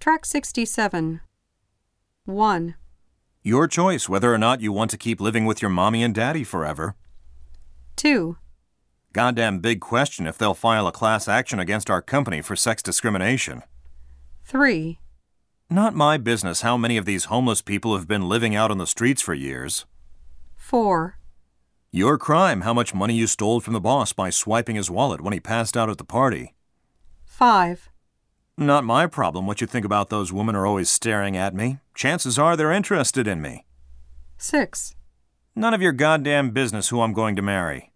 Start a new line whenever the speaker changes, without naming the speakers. Track 67. 1,
Your choice whether or not you want to keep living with your mommy and daddy forever.
2,
Goddamn big question if they'll file a class action against our company for sex discrimination.
3,
Not my business how many of these homeless people have been living out on the streets for years.
4,
Your crime how much money you stole from the boss by swiping his wallet when he passed out at the party.
5,
Not my problem what you think about those women are always staring at me. Chances are they're interested in me.
6,
None of your goddamn business who I'm going to marry.